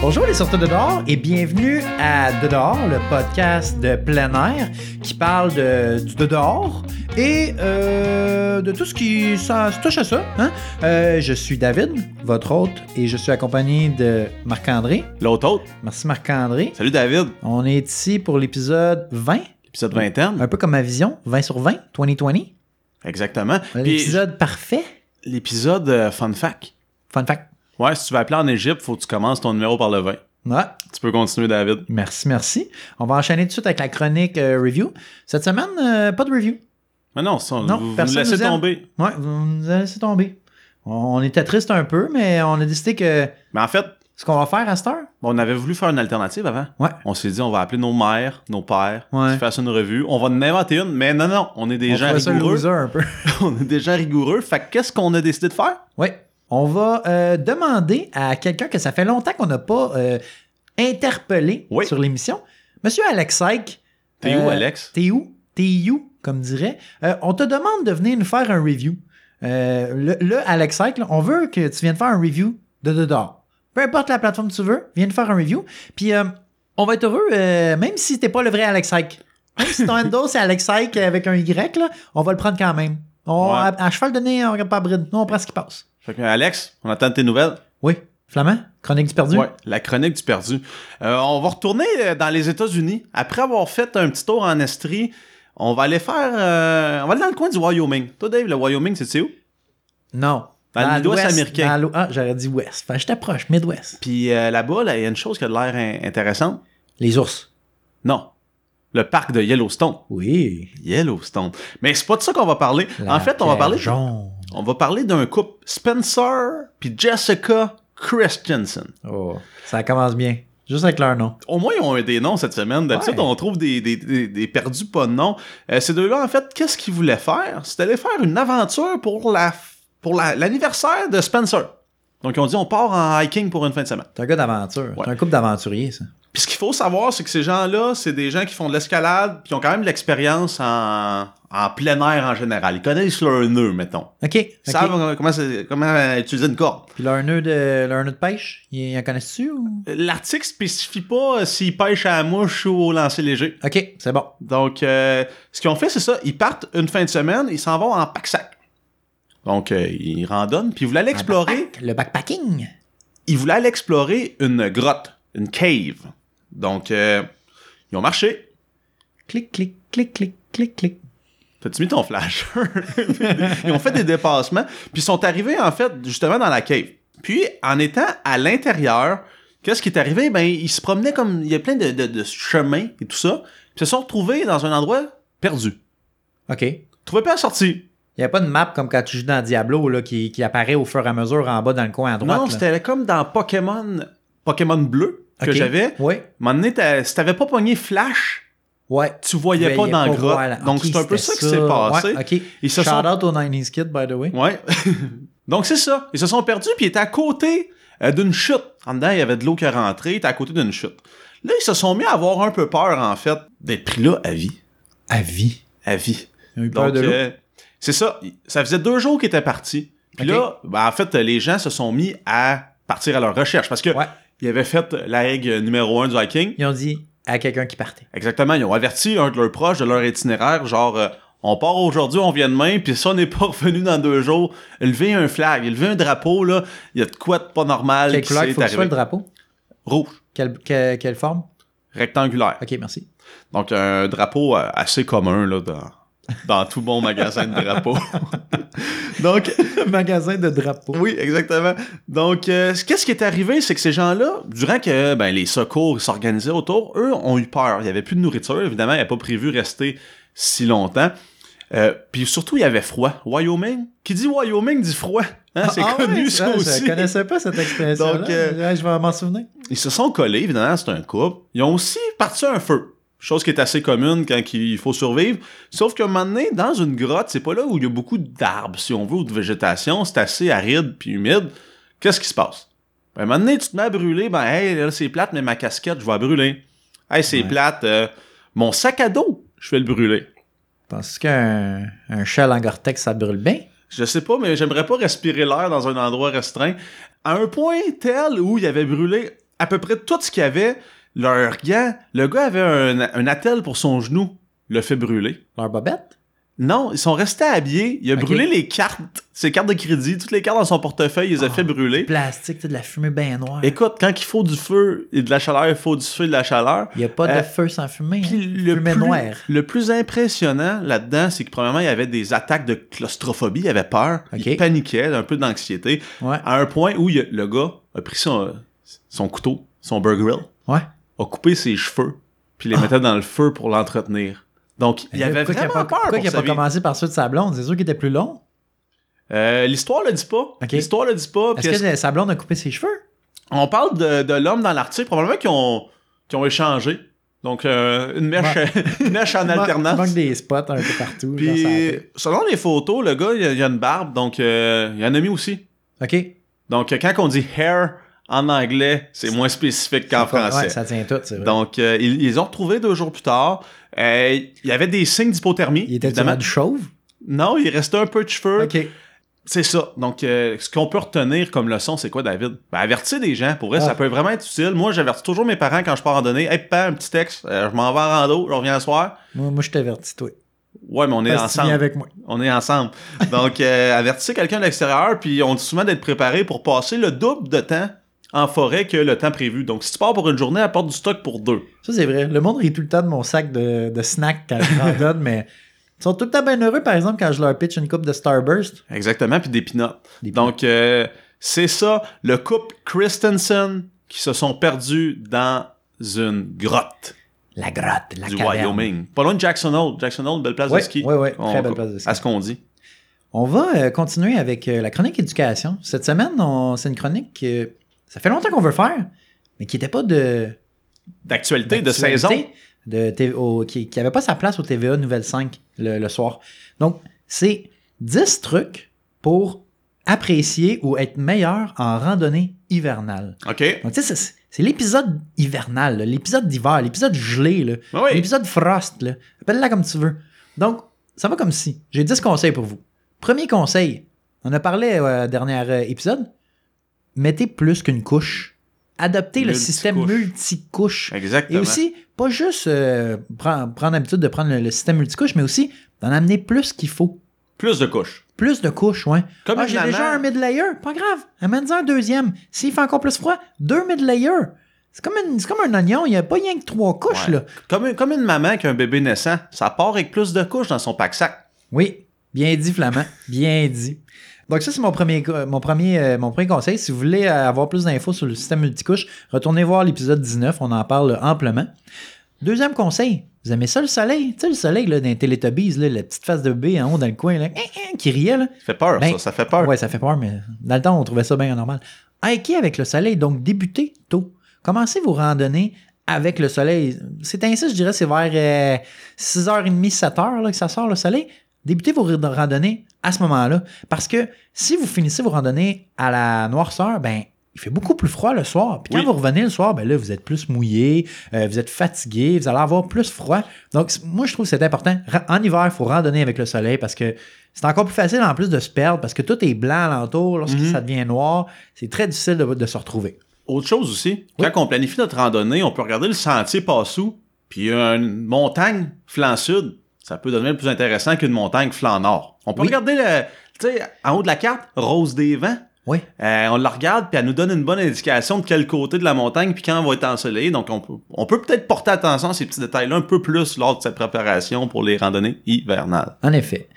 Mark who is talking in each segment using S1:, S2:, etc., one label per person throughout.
S1: Bonjour les sorteurs de dehors et bienvenue à De dehors, le podcast de plein air qui parle de, du de dehors et euh, de tout ce qui ça, se touche à ça. hein. Euh, je suis David, votre hôte, et je suis accompagné de Marc-André.
S2: L'autre autre.
S1: Merci Marc-André.
S2: Salut David.
S1: On est ici pour l'épisode 20,
S2: Épisode vingtaine.
S1: un peu comme ma vision, 20 sur 20, 2020.
S2: Exactement.
S1: Un
S2: Puis,
S1: épisode parfait.
S2: L'épisode euh, fun fact.
S1: Fun fact.
S2: Ouais, si tu veux appeler en Égypte, faut que tu commences ton numéro par le 20.
S1: Ouais.
S2: Tu peux continuer David.
S1: Merci, merci. On va enchaîner tout de suite avec la chronique euh, review. Cette semaine, euh, pas de review.
S2: Mais non, ça, on-
S1: Non,
S2: vous, vous
S1: personne
S2: laissez
S1: nous aime.
S2: tomber.
S1: Ouais, vous nous avez laissé tomber. On- On était triste un peu, mais on a décidé que
S2: Mais en fait,
S1: ce qu'on va faire à cette heure,
S2: on avait voulu faire une alternative avant.
S1: Ouais.
S2: On s'est dit, on va appeler nos mères, nos pères,
S1: Ouais.
S2: qui fassent une revue. On va en inventer une, mais non, non, on est des
S1: on
S2: gens
S1: trouvait ça
S2: rigoureux.
S1: loser un peu.
S2: on est des gens rigoureux. Fait que qu'est-ce qu'on a décidé de faire?
S1: ouais. On va euh, demander à quelqu'un que ça fait longtemps qu'on n'a pas euh, interpellé
S2: Oui.
S1: sur l'émission. Monsieur Alex Syke,
S2: T'es
S1: Euh,
S2: où, Alex?
S1: t'es où? T'es où, comme dirait. Euh, on te demande de venir nous faire un review. Euh, le, le Alex Syke, là, on veut que tu viennes faire un review de Dehors. Peu importe la plateforme que tu veux, viens nous faire un review. Puis euh, on va être heureux, euh, même si t'es pas le vrai Alex Syke. Même si ton endo c'est Alex Syke avec un Y, là, on va le prendre quand même. On,
S2: Ouais.
S1: à, à cheval donné, on regarde pas à bride. Nous, on prend ce qui passe.
S2: Fait que, Alex, on attend tes nouvelles.
S1: Oui. Flamand, chronique du perdu.
S2: Ouais, la chronique du perdu. Euh, on va retourner euh, dans les États-Unis. Après avoir fait un petit tour en Estrie, on va aller faire. euh, on va aller dans le coin du Wyoming. Toi, Dave, le Wyoming, c'est où?
S1: Non.
S2: Dans le Midwest
S1: l'Ouest,
S2: américain.
S1: dans l'Ou- ah, j'aurais dit Ouest. Enfin, je t'approche, Midwest.
S2: Puis euh, là-bas, là, il y a une chose qui a de l'air in- intéressante.
S1: Les ours.
S2: Non. Le parc de Yellowstone.
S1: Oui.
S2: Yellowstone. Mais c'est pas de ça qu'on va parler. en fait, on va parler.
S1: Jaune.
S2: On va parler d'un couple. Spencer puis Jessica Christensen.
S1: Oh, ça commence bien. Juste avec leur nom.
S2: Au moins, ils ont eu des noms cette semaine. D'habitude,
S1: Ouais.
S2: on trouve des, des- des- des perdus pas de nom. Euh, ces deux-là, en fait, qu'est-ce qu'ils voulaient faire? C'était aller faire une aventure pour la pour la- l'anniversaire de Spencer. Donc, ils ont dit, on part en hiking pour une fin de semaine.
S1: C'est un gars d'aventure.
S2: Ouais.
S1: C'est un couple d'aventuriers, ça.
S2: Puis, ce qu'il faut savoir, c'est que ces gens-là, c'est des gens qui font de l'escalade, puis ils ont quand même de l'expérience en, en plein air en général. Ils connaissent leur nœud, mettons.
S1: OK. ok.
S2: Ils savent euh, comment, c'est- comment euh, utiliser une corde.
S1: Puis leur nœud de, leur nœud de pêche, ils en connaissent-tu ou?
S2: L'article spécifie pas euh, s'ils pêchent à la mouche ou au lancer léger.
S1: OK, c'est bon.
S2: Donc, euh, ce qu'ils ont fait, c'est ça. Ils partent une fin de semaine, ils s'en vont en pack-sac. Donc, euh, ils randonnent, puis ils voulaient aller explorer,
S1: Le backpacking.
S2: ils voulaient aller explorer une grotte, une cave. Donc, euh, ils ont marché.
S1: Clic, clic, clic, clic, clic, clic.
S2: T'as-tu mis ton flash? ils ont fait des dépassements, puis ils sont arrivés, en fait, justement dans la cave. Puis, en étant à l'intérieur, qu'est-ce qui est arrivé? Ben, ils se promenaient comme... Il y a plein de, de- de chemins et tout ça. Puis, ils se sont retrouvés dans un endroit perdu.
S1: OK. Il
S2: Trouvaient pas la sortie.
S1: n'y a pas de map comme quand tu joues dans Diablo là, qui, qui apparaît au fur et à mesure en bas dans le coin à droite.
S2: Non,
S1: là.
S2: c'était comme dans Pokémon, Pokémon bleu que
S1: OK.
S2: j'avais.
S1: Oui.
S2: À un moment donné, t'as- si t'avais pas pogné Flash,
S1: Ouais.
S2: tu voyais pas dans le grotte.
S1: voir, là.
S2: Donc
S1: OK,
S2: c'est un peu
S1: c'était
S2: ça qui s'est passé.
S1: Ouais, OK.
S2: Ils se
S1: Shout
S2: sont-
S1: out aux 90s Kids, by the way.
S2: Ouais. Donc c'est ça. Ils se sont perdus puis ils étaient à côté euh, d'une chute. En dedans, il y avait de l'eau qui rentrait, ils étaient à côté d'une chute. Là, ils se sont mis à avoir un peu peur en fait d'être pris là à vie,
S1: À vie.
S2: à vie.
S1: Ils ont eu peur
S2: Donc
S1: de l'eau.
S2: euh, c'est ça. Ça faisait deux jours qu'ils étaient partis. Puis
S1: OK.
S2: là, ben, en fait, les gens se sont mis à partir à leur recherche parce que
S1: Ouais.
S2: Ils avaient fait la règle numéro 1 du hiking.
S1: Ils ont dit à quelqu'un qui partait.
S2: Exactement, ils ont averti un de leurs proches de leur itinéraire, genre euh, on part aujourd'hui, on vient demain, puis si on n'est pas revenu dans deux jours, levez un flag, levez un drapeau, là, il y a de quoi de pas normal
S1: Quelle
S2: qui
S1: couleur
S2: s'est
S1: il faut que ce soit
S2: arrivé.
S1: le drapeau?
S2: Rouge,
S1: Quelle, que- quelle forme?
S2: rectangulaire.
S1: Ok, merci.
S2: Donc un drapeau euh, assez commun là, dans, dans tout bon magasin de drapeaux. Donc,
S1: Magasin de drapeaux.
S2: Oui, exactement. Donc, euh, c- qu'est-ce qui est arrivé, c'est que ces gens-là, durant que ben, les secours s'organisaient autour, eux ont eu peur. Il n'y avait plus de nourriture, évidemment, ils n'avaient pas prévu rester si longtemps. Euh, puis surtout, il y avait froid. Wyoming, qui dit Wyoming dit froid. Hein,
S1: Ah,
S2: c'est connu ça, aussi.
S1: Je connaissais pas cette expression.
S2: Donc, euh,
S1: je vais m'en souvenir.
S2: Ils se sont collés, évidemment, c'est un couple. Ils ont aussi parti un feu. Chose qui est assez commune quand il faut survivre. Sauf qu'à un moment donné, dans une grotte, c'est pas là où il y a beaucoup d'arbres, si on veut, ou de végétation. C'est assez aride puis humide. Qu'est-ce qui se passe? Ben, à un moment donné, tu te mets à brûler. Ben, hey, là, c'est plate, mais ma casquette, je vais la brûler. Hey, c'est
S1: Ouais.
S2: plate. euh, mon sac à dos, je vais le brûler.
S1: Penses-tu qu'un un shell en Gore-Tex, ça brûle bien?
S2: Je sais pas, mais j'aimerais pas respirer l'air dans un endroit restreint. À un point tel où il avait brûlé à peu près tout ce qu'il y avait, leur gant. Le gars avait un, un attel pour son genou, le fait brûler.
S1: Leur bobette?
S2: Non, ils sont restés habillés. Il a
S1: Ok.
S2: brûlé les cartes, ses cartes de crédit, toutes les cartes dans son portefeuille, il les a
S1: Ah.
S2: fait brûler.
S1: Plastique, t'as de la fumée bien noire.
S2: Écoute, quand il faut du feu et de la chaleur, il faut du feu et de la chaleur.
S1: Il n'y a pas de
S2: Euh,
S1: feu sans fumée.
S2: Puis
S1: hein.
S2: le
S1: Fumée
S2: plus,
S1: noire.
S2: le plus impressionnant là-dedans, c'est que premièrement, il y avait des attaques de claustrophobie, il avait peur,
S1: Ok.
S2: il paniquait, un peu d'anxiété,
S1: Ouais.
S2: à un point où il- le gars a pris son, son couteau, son burger grill,
S1: Ouais.
S2: a coupé ses cheveux, puis les
S1: Ah.
S2: mettait dans le feu pour l'entretenir. Donc, il
S1: Mais
S2: avait
S1: pourquoi qu'il a
S2: vraiment
S1: pas-
S2: peur
S1: Pourquoi
S2: pour Ah,
S1: qu'il a
S2: sa
S1: pas
S2: vie.
S1: commencé par ceux de sa blonde? C'est sûr qu'il était plus long.
S2: Euh, L'histoire le dit pas.
S1: Ok.
S2: L'histoire le dit pas. puis
S1: Est-ce que sa blonde a coupé ses cheveux?
S2: On parle de, de l'homme dans l'article, probablement qu'ils ont, qu'ils ont échangé. Donc, euh, une, mèche, une mèche en
S1: Il manque- Il
S2: alternance.
S1: manque des spots un peu partout. genre, ça
S2: Puis,
S1: arrive.
S2: selon les photos, le gars, il a, il a une barbe, donc euh, il en a mis aussi.
S1: OK.
S2: Donc, euh, quand on dit hair en anglais, c'est moins spécifique qu'en
S1: C'est pas-
S2: français.
S1: ouais, ça tient tout, c'est vrai.
S2: donc, euh, ils, ils ont retrouvé deux jours plus tard. Euh, il y avait des signes d'hypothermie.
S1: il était du
S2: évidemment.
S1: mode chauve?
S2: Non, il restait un peu de cheveux.
S1: OK.
S2: C'est ça. Donc, euh, ce qu'on peut retenir comme leçon, c'est quoi, David? Ben, avertir des gens. Pour vrai,
S1: Ah.
S2: ça peut vraiment être utile. Moi, j'avertis toujours mes parents quand je pars en randonnée. Hey, papa, un petit texte. euh, je m'en vais en rando. Je reviens le soir.
S1: Moi, moi je t'avertis, toi.
S2: Ouais, mais on est
S1: Parce que tu viens
S2: ensemble.
S1: avec moi.
S2: On est ensemble. Donc, euh, avertissez quelqu'un de l'extérieur, puis on dit souvent d'être préparé pour passer le double de temps en forêt que le temps prévu. Donc, si tu pars pour une journée, apporte du stock pour deux.
S1: Ça, c'est vrai. Le monde rit tout le temps de mon sac de, de snacks quand je leur donne, mais ils sont tout le temps bien heureux, par exemple, quand je leur pitch une coupe de Starburst.
S2: Exactement, puis des pinottes.
S1: Des
S2: Donc, euh, c'est ça, le couple Christensen qui se sont perdus dans une grotte
S1: La grotte, la
S2: du
S1: caverne.
S2: Wyoming. Pas loin de Jackson Hole. Jackson Hole, belle place
S1: Ouais,
S2: de ski.
S1: ouais, ouais,
S2: On-
S1: très belle place de ski.
S2: À ce qu'on dit.
S1: On va euh, continuer avec euh, la chronique éducation. Cette semaine, on- c'est une chronique que ça fait longtemps qu'on veut faire, mais qui n'était pas de
S2: D'actualité, de
S1: d'actualité,
S2: saison.
S1: de T- au- qui n'avait pas sa place au TVA Nouvelle 5 le, le soir. Donc, c'est 10 trucs pour apprécier ou être meilleur en randonnée hivernale.
S2: OK.
S1: Donc, tu sais, c'est- c'est l'épisode hivernal, là, l'épisode d'hiver, l'épisode gelé, là,
S2: Ah oui.
S1: l'épisode frost. là. Appelle-la comme tu veux. Donc, ça va comme si. J'ai 10 conseils pour vous. Premier conseil, on a parlé au dernier euh, épisode, mettez plus qu'une couche. Adoptez le
S2: Multicouche.
S1: système multicouche. Et
S2: Exactement.
S1: aussi, pas juste euh, prendre, prendre l'habitude de prendre le, le système multicouche, mais aussi d'en amener plus qu'il faut.
S2: Plus de couches.
S1: Plus de couches, ouais.
S2: Comme
S1: Ah,
S2: une
S1: j'ai
S2: maman.
S1: déjà un mid-layer. Pas grave. Amène-en un deuxième. S'il fait encore plus froid, deux mid-layers. C'est comme, une- c'est comme un oignon. Il n'y a pas rien que trois couches,
S2: Ouais.
S1: là.
S2: Comme, une- comme une maman qui a un bébé naissant, ça part avec plus de couches dans son pack-sac.
S1: Oui. Bien dit, Flamand. Bien dit. Donc, ça, c'est mon premier, co- mon, premier, euh, mon premier conseil. Si vous voulez euh, avoir plus d'infos sur le système multicouche, retournez voir l'épisode 19. On en parle amplement. Deuxième conseil. Vous aimez ça, le soleil? Tu sais, le soleil, là, dans les Teletubbies, là, la petite face de bébé en haut dans le coin, là, hein, hein, qui riait, là.
S2: Ça fait peur,
S1: Ben,
S2: ça. Ça fait peur.
S1: Ouais, ça fait peur, mais dans le temps, on trouvait ça bien normal. Hiker avec le soleil, donc débutez tôt. Commencez vos randonnées avec le soleil. C'est ainsi, je dirais, c'est vers euh, 6h30, 7h là, que ça sort le soleil. Débutez vos rid- randonnées à ce moment-là. Parce que si vous finissez vos randonnées à la noirceur, ben il fait beaucoup plus froid le soir. Puis quand
S2: Oui.
S1: vous revenez le soir, ben là, vous êtes plus mouillé, euh, vous êtes fatigué, vous allez avoir plus froid. Donc, c- moi, je trouve que c'est important. Ra- En hiver, il faut randonner avec le soleil parce que c'est encore plus facile en plus de se perdre parce que tout est blanc alentour. Lorsque
S2: Mhm.
S1: ça devient noir, c'est très difficile de, de se retrouver.
S2: Autre chose aussi,
S1: Oui.
S2: quand on planifie notre randonnée, on peut regarder le sentier passe-où, puis il y a une montagne flanc sud. Ça peut devenir plus intéressant qu'une montagne flanc nord. On peut
S1: Oui.
S2: regarder, le, tu sais, en haut de la carte, Rose des Vents.
S1: Oui.
S2: Euh, on la regarde, puis elle nous donne une bonne indication de quel côté de la montagne, puis quand on va être ensoleillé. Donc, on peut, on peut peut-être porter attention à ces petits détails-là un peu plus lors de cette préparation pour les randonnées hivernales.
S1: En effet.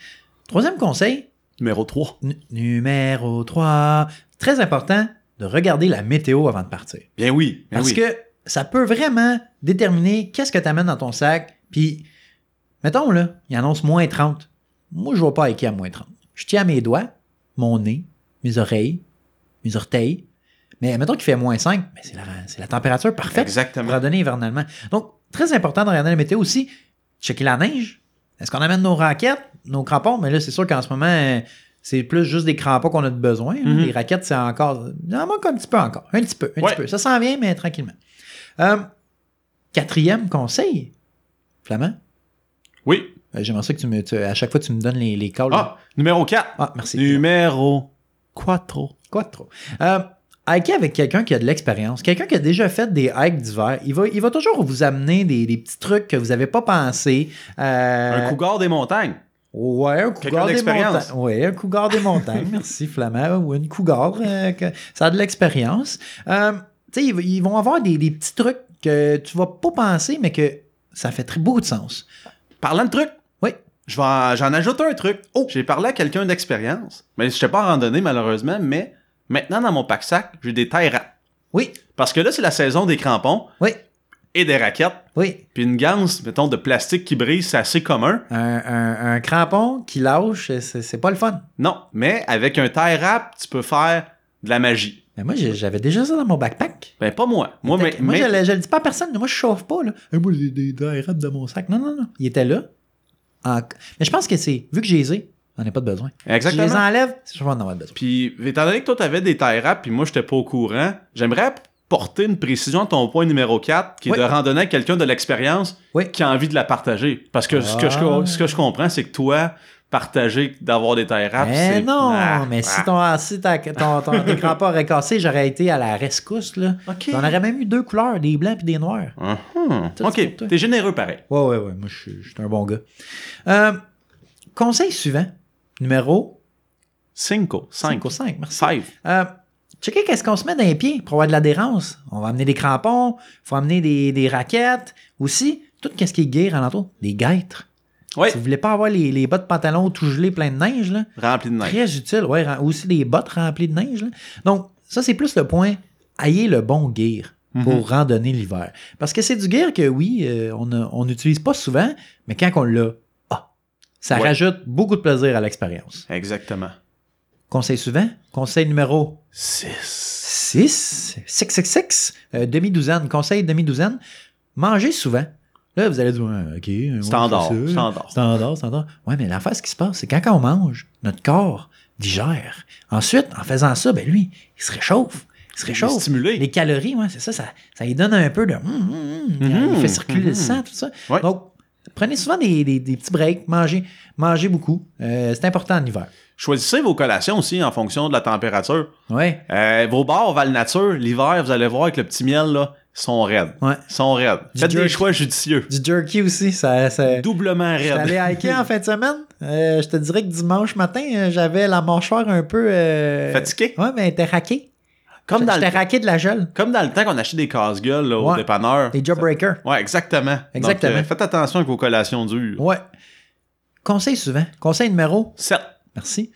S1: Troisième conseil,
S2: Numéro 3.
S1: nu- numéro 3. Très important de regarder la météo avant de partir.
S2: Bien oui. bien
S1: Parce
S2: Ben oui.
S1: que ça peut vraiment déterminer qu'est-ce que tu amènes dans ton sac. Puis, mettons, là, il annonce moins 30. Moi, je ne vais pas hiker à moins 30. Je tiens à mes doigts, mon nez, mes oreilles, mes orteils. Mais mettons qu'il fait moins 5, mais c'est la, c'est la température parfaite pour
S2: Exactement.
S1: randonner hivernalement. Donc, très important de regarder la météo aussi. Checker la neige. Est-ce qu'on amène nos raquettes, nos crampons? Mais là, c'est sûr qu'en ce moment, euh, c'est plus juste des crampons qu'on a de besoin. hein.
S2: Mhm.
S1: Les raquettes, c'est encore. Il en manque un petit peu encore. Un petit peu, un
S2: Ouais.
S1: petit peu. Ça s'en vient, mais tranquillement. Euh, quatrième conseil, Flamand.
S2: Oui.
S1: Euh, J'aimerais ça que tu me. tu- à chaque fois, tu me donnes les, les calls.
S2: Ah, numéro 4.
S1: Ah, merci.
S2: Numéro 4.
S1: Quoi de trop? Euh, hiker avec quelqu'un qui a de l'expérience, quelqu'un qui a déjà fait des hikes d'hiver, il va, il va toujours vous amener des, des petits trucs que vous n'avez pas pensé. Euh,
S2: Un cougar des montagnes.
S1: Ouais, un cougar des
S2: d'expérience.
S1: montagnes. Ouais, un cougar des montagnes. Merci, Flamand. Ou une cougar. euh, que- ça a de l'expérience. Euh, tu sais, ils, ils vont avoir des, des petits trucs que tu vas pas penser, mais que ça fait très beaucoup de sens.
S2: Parlant de trucs,
S1: Oui.
S2: je vais en- j'en ajoute un truc. Oh, j'ai parlé à quelqu'un d'expérience. Mais je n'étais pas en randonnée malheureusement, mais maintenant dans mon pack-sac, j'ai des terres.
S1: Oui,
S2: Parce que là, c'est la saison des crampons
S1: oui,
S2: et des raquettes.
S1: oui.
S2: Puis une ganse, mettons, de plastique qui brise, c'est assez commun.
S1: Un, un- un crampon qui lâche, c'est c'est pas le fun.
S2: Non, mais avec un tie wrap, tu peux faire de la magie.
S1: Mais moi, j'ai- j'avais déjà ça dans mon backpack.
S2: Ben, pas moi. Moi, mais,
S1: Fait que moi,
S2: mais-
S1: je, le, je le dis pas à personne. Moi, je chauffe pas. Là. Eh, Moi, j'ai des des rap dans mon sac. Non, non, non. Il était là. En- Mais je pense que c'est, vu que j'ai les ai, j'en ai pas de besoin.
S2: Exactement.
S1: Je les enlève, je vais en avoir besoin.
S2: Puis, étant donné que toi, t'avais des tie wraps, puis moi, j'étais pas au courant, j'aimerais porter une précision à ton point numéro 4, qui est
S1: Oui.
S2: de randonner à quelqu'un de l'expérience
S1: Oui.
S2: qui a envie de la partager. Parce que ce, que
S1: Ah.
S2: je, ce que je comprends, c'est que toi, partager d'avoir des tie wraps,
S1: Mais
S2: c'est...
S1: Eh non,
S2: Ah,
S1: mais
S2: ah.
S1: si ton, si ta- ton, ton, tes crampons auraient cassé, j'aurais été à la rescousse. Là.
S2: OK.
S1: On aurait même eu deux couleurs, des blancs et des noirs.
S2: Ah, hum.
S1: Tout c'est pour
S2: OK,
S1: toi.
S2: t'es généreux pareil.
S1: Ouais, ouais, ouais. Moi, je suis- je suis un bon gars. Euh, conseil suivant. Numéro
S2: 5, 5,
S1: 5 au 5. Merci.
S2: 5.
S1: Euh, checker qu'est-ce qu'on se met dans les pieds pour avoir de l'adhérence. On va amener des crampons, faut amener des, des raquettes. Aussi, tout qu'est-ce qui est guérir alentour. Des guêtres.
S2: Oui,
S1: Si vous voulez pas avoir les, les bottes pantalon tout gelées plein de neige, là,
S2: rempli de neige.
S1: très utile. Ouais, ren- aussi des bottes remplies de neige. là. Donc, ça, c'est plus le point. Ayez le bon gear pour randonner l'hiver. Parce que c'est du gear que, oui, euh, on a- on n'utilise pas souvent, mais quand on l'a, ah, ça
S2: Ouais.
S1: rajoute beaucoup de plaisir à l'expérience.
S2: Exactement.
S1: Conseil suivant, conseil numéro
S2: 6.
S1: 6, 666, euh, demi-douzaine, conseil demi-douzaine, mangez souvent. Là, vous allez dire, Ouais, OK. ouais,
S2: Standard,
S1: c'est ça.
S2: standard.
S1: Standard, standard. Ouais, mais l'affaire, ce qui se passe, c'est quand on mange, notre corps digère. Ensuite, en faisant ça, ben lui, il se réchauffe. Il se réchauffe.
S2: Stimulé.
S1: Les calories, ouais, c'est ça, ça, ça lui donne un peu de. hum, hum, hum.
S2: Mhm,
S1: il fait circuler
S2: mhm.
S1: le sang, tout ça.
S2: Ouais.
S1: Donc, prenez souvent des, des- des petits breaks, mangez, mangez beaucoup. Euh, c'est important en hiver.
S2: Choisissez vos collations aussi en fonction de la température.
S1: Ouais,
S2: Euh, vos bars valent nature, l'hiver, vous allez voir avec le petit miel, là, ils sont raides.
S1: ouais.
S2: Ils sont raides.
S1: Du
S2: Faites des
S1: jerky.
S2: choix judicieux.
S1: Du jerky aussi, ça. ça...
S2: Doublement
S1: Je suis
S2: raides.
S1: allé hiker en fin de semaine. Euh, je te dirais que dimanche matin, euh, j'avais la mâchoire un peu. euh,
S2: Fatigué?
S1: Ouais, mais elle était raquée.
S2: Comme dans, le,
S1: J'étais raqué de la gel.
S2: comme dans le temps qu'on achetait des casse-gueules là, au
S1: Ouais.
S2: dépanneur.
S1: Des jawbreakers.
S2: Ouais, exactement.
S1: Exactement.
S2: Donc, euh, faites attention avec vos collations dures.
S1: Ouais. Conseil souvent. Conseil numéro.
S2: Certes.
S1: Merci.